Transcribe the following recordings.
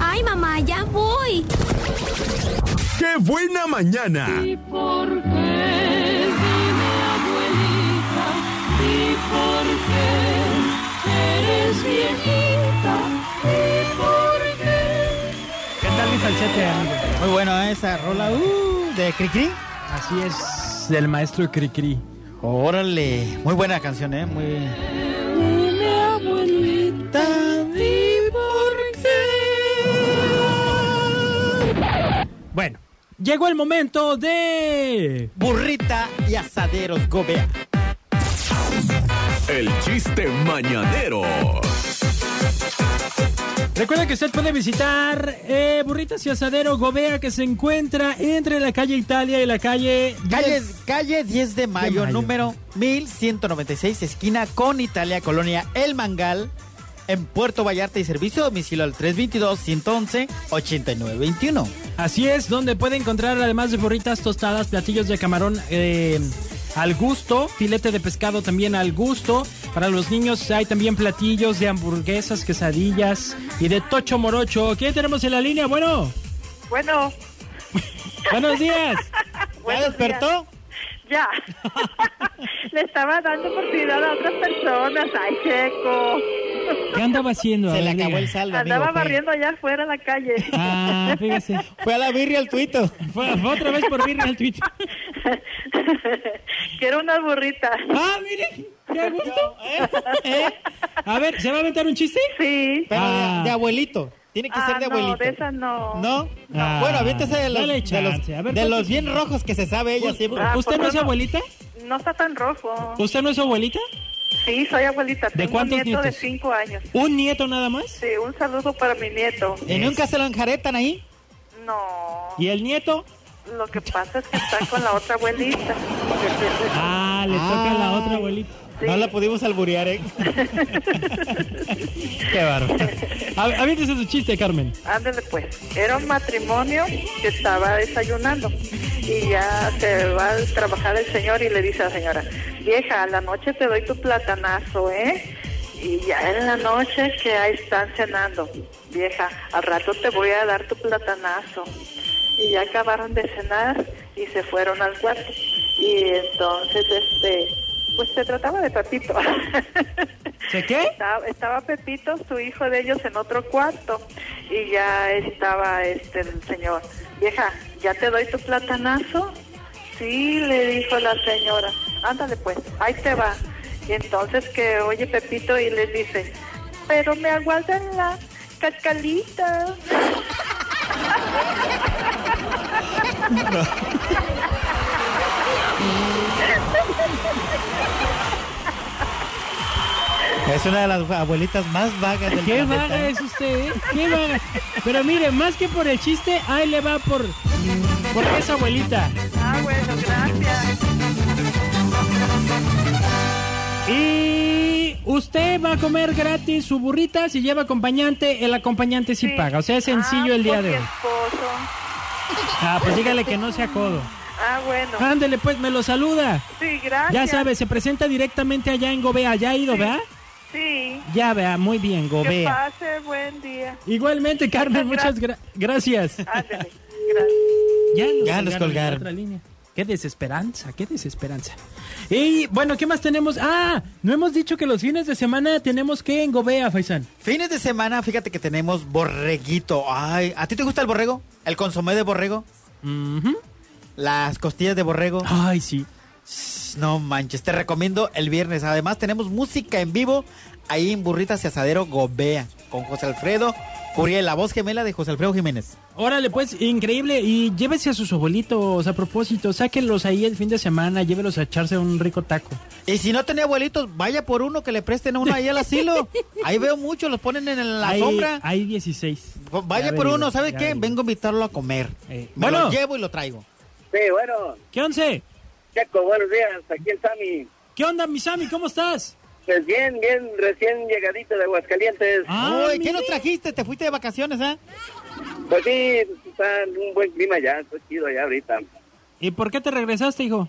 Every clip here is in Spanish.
Ay, mamá, ya voy. ¡Qué buena mañana! ¿Y por qué, dime abuelita? ¿Y por qué eres viejita? ¿Y por qué? ¿Qué tal mi falsete, amigo? Muy bueno ¿eh? esa rola uh, de Cricri. Así es, del maestro Cricri. Órale, muy buena canción, ¿eh? Muy... Dime abuelita, ¿y por qué? Bueno, llegó el momento de... Burrita y asaderos, Gobea. El chiste mañanero. Recuerda que usted puede visitar eh, Burritas y Asadero Gobea que se encuentra entre la calle Italia y la calle... Calle, 10. calle 10 de mayo, mayo. número 1196, esquina con Italia, colonia El Mangal, en Puerto Vallarta y servicio a domicilio al 322-111-8921. Así es, donde puede encontrar además de burritas tostadas, platillos de camarón eh, al gusto, filete de pescado también al gusto. Para los niños hay también platillos de hamburguesas, quesadillas y de tocho morocho. ¿Qué tenemos en la línea? Bueno, Bueno, buenos días. ¿Ya buenos despertó? días. Ya. Le estaba dando oportunidad a otras personas. Ay, Checo. ¿Qué andaba haciendo? Se le Amiga? acabó el saldo, amigo. Andaba fue- barriendo allá afuera en la calle. Ah, fíjese. Fue a la birria el tuito. Fue, fue otra vez por birria al Twitter. Quiero una burrita. Ah, mire, qué a gusto. A ver, ¿se va a aventar un chiste? Sí. Pero de- Ah. de, abuelito. Tiene que ser Ah, de no, abuelito. de esa no. ¿No? Ah. Bueno, aviéntese de los, Dale de los, chance, a ver, de ¿cuál los es? bien rojos que se sabe ella siempre. Ah, ¿Usted pues no es no. abuelita? No está tan rojo. ¿Usted no es abuelita? Sí, soy abuelita. ¿De Tengo cuántos un nieto nietos? de cinco años. ¿Un nieto nada más? Sí, un saludo para mi nieto. ¿Y nunca se lo enjaretan ahí? No. ¿Y el nieto? Lo que pasa es que está con la otra abuelita. Ah, le toca a la Ah. otra abuelita. No la pudimos alburear, ¿eh? Qué bárbaro. A ver, aviéntese su chiste, Carmen. Ándale pues, era un matrimonio que estaba desayunando y ya se va a trabajar el señor y le dice a la señora, vieja, a la noche te doy tu platanazo, ¿eh? Y ya en la noche que ahí están cenando, vieja, al rato te voy a dar tu platanazo. Y ya acabaron de cenar y se fueron al cuarto. Y entonces, este, pues se trataba de Pepito. ¿Se qué? Estaba, estaba Pepito, su hijo de ellos, en otro cuarto. Y ya estaba este el señor. Vieja, ¿ya te doy tu platanazo? Sí, le dijo la señora. Ándale pues, ahí te va. Y entonces que oye Pepito y les dice, pero me aguardan la cascalita. Es una de las abuelitas más vagas del ¿Qué planeta. vaga es usted, eh? ¿Qué vaga? Pero mire, más que por el chiste, ahí le va por... Porque es abuelita. Ah, bueno, gracias. Y usted va a comer gratis su burrita si lleva acompañante. El acompañante sí, paga. O sea, es sencillo Ah, el día por de mi hoy. esposo. Ah, pues dígale que no sea codo. Ah, bueno. Ándele, pues, me lo saluda. Sí, gracias. Ya sabe, se presenta directamente allá en Gobea. ¿Ya ha ido, vea? Sí. Ya, vea, muy bien, Que Gobea. pase buen día. Igualmente, Carmen, muchas gra- gracias. Ándale. Gracias. Ya nos, Ya colgaron nos de la colgaron. otra línea. Qué desesperanza, qué desesperanza. Y bueno, ¿qué más tenemos? Ah, no hemos dicho que los fines de semana tenemos que en Gobea, Faisán. Fines de semana, fíjate que tenemos borreguito. Ay, ¿a ti te gusta el borrego? ¿El consomé de borrego? Ujú. ¿Las costillas de borrego? Ay, sí. No manches, te recomiendo el viernes. Además, tenemos música en vivo ahí en Burritas y Asadero Gobea con José Alfredo Curiel, la voz gemela de José Alfredo Jiménez. Órale, pues, increíble. Y llévese a sus abuelitos, a propósito, sáquenlos ahí el fin de semana, llévelos a echarse un rico taco. Y si no tenía abuelitos, vaya por uno que le presten uno ahí al asilo. Ahí veo muchos, los ponen en la hay, sombra. Hay 16. ah, Vaya Ya por averigüe, uno, ¿sabe ya qué? averigüe. Vengo a invitarlo a comer. Eh, Me bueno. lo llevo y lo traigo. Sí, bueno, ¿Qué once? Checo, buenos días. Aquí el Sammy. ¿Qué onda, mi Sammy? ¿Cómo estás? Pues bien, bien, recién llegadito de Aguascalientes. Ah, Uy, ¿qué mire. nos trajiste? ¿Te fuiste de vacaciones, ah? Pues sí, está un buen clima ya, está chido ya ahorita. ¿Y por qué te regresaste, hijo?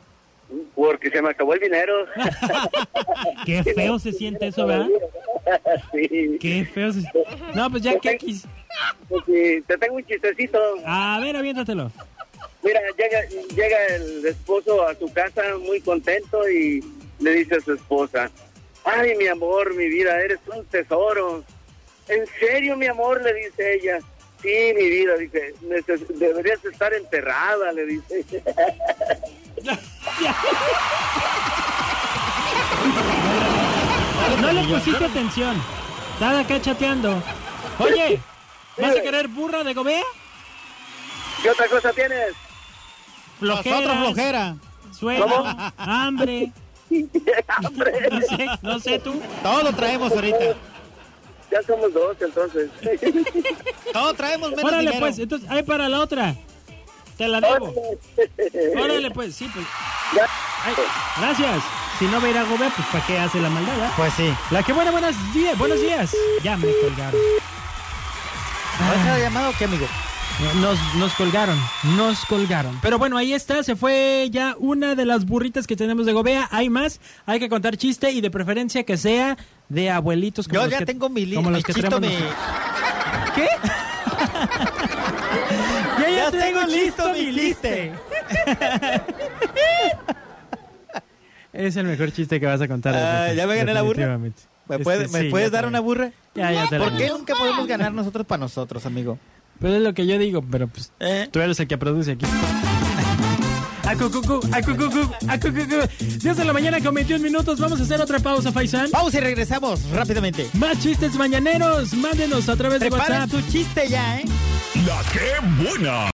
Porque se me acabó el dinero. Qué feo se siente eso, ¿verdad? sí. Qué feo se No, pues ya, ¿qué quis- Pues sí, te tengo un chistecito. A ver, aviéntatelo. Mira, llega, llega el esposo a su casa muy contento y le dice a su esposa, ay mi amor, mi vida, eres un tesoro. ¿En serio, mi amor? le dice ella. Sí, mi vida, dice, "neces- deberías estar enterrada, le dice. No le pusiste atención. Estás acá chateando. Oye, ¿vas a querer burra de Gobea? ¿Qué otra cosa tienes? Nosotros Flojera. flojera. Suelo. Hambre. Hambre. No sé, no sé tú. Todo lo traemos ahorita. Ya somos dos, entonces. Todo traemos menos Órale, dinero. pues. Entonces, ahí para la otra. Te la debo. Órale, pues. Sí, pues. Ya. Ay, gracias. Si no va a ir a Gobea, pues ¿para qué hace la maldad? verdad? Pues sí. La que buena, buenos días. Buenos días. Ya me colgaron. ¿Vas a llamado o qué, amigo? Nos, nos colgaron, nos colgaron. Pero bueno, ahí está, se fue ya una de las burritas que tenemos de Gobea. Hay más, hay que contar chiste y de preferencia que sea de abuelitos. como Yo los ya que- tengo mi lista. Como los que tenemos mi... nosotros. Yo ya tengo listo mi chiste. es el mejor chiste que vas a contar. Ah, Beto, ¿ya me gané la burra? definitivamente. ¿Me, Este, puedes, sí, ¿Me ya puedes te dar gané. una burra? Ya, ya te la ¿Por gané. qué nunca podemos ganar nosotros para nosotros, amigo? Pues es lo que yo digo, pero pues ¿Eh? tú eres el que produce aquí. Acucucu, acucucu, acucucu. 10 de la mañana con 21 minutos. Vamos a hacer otra pausa, Faisán. Vamos y regresamos rápidamente. Más chistes mañaneros. Mándenos a través de Preparen Este WhatsApp. su chiste ya, ¿eh? La que buena.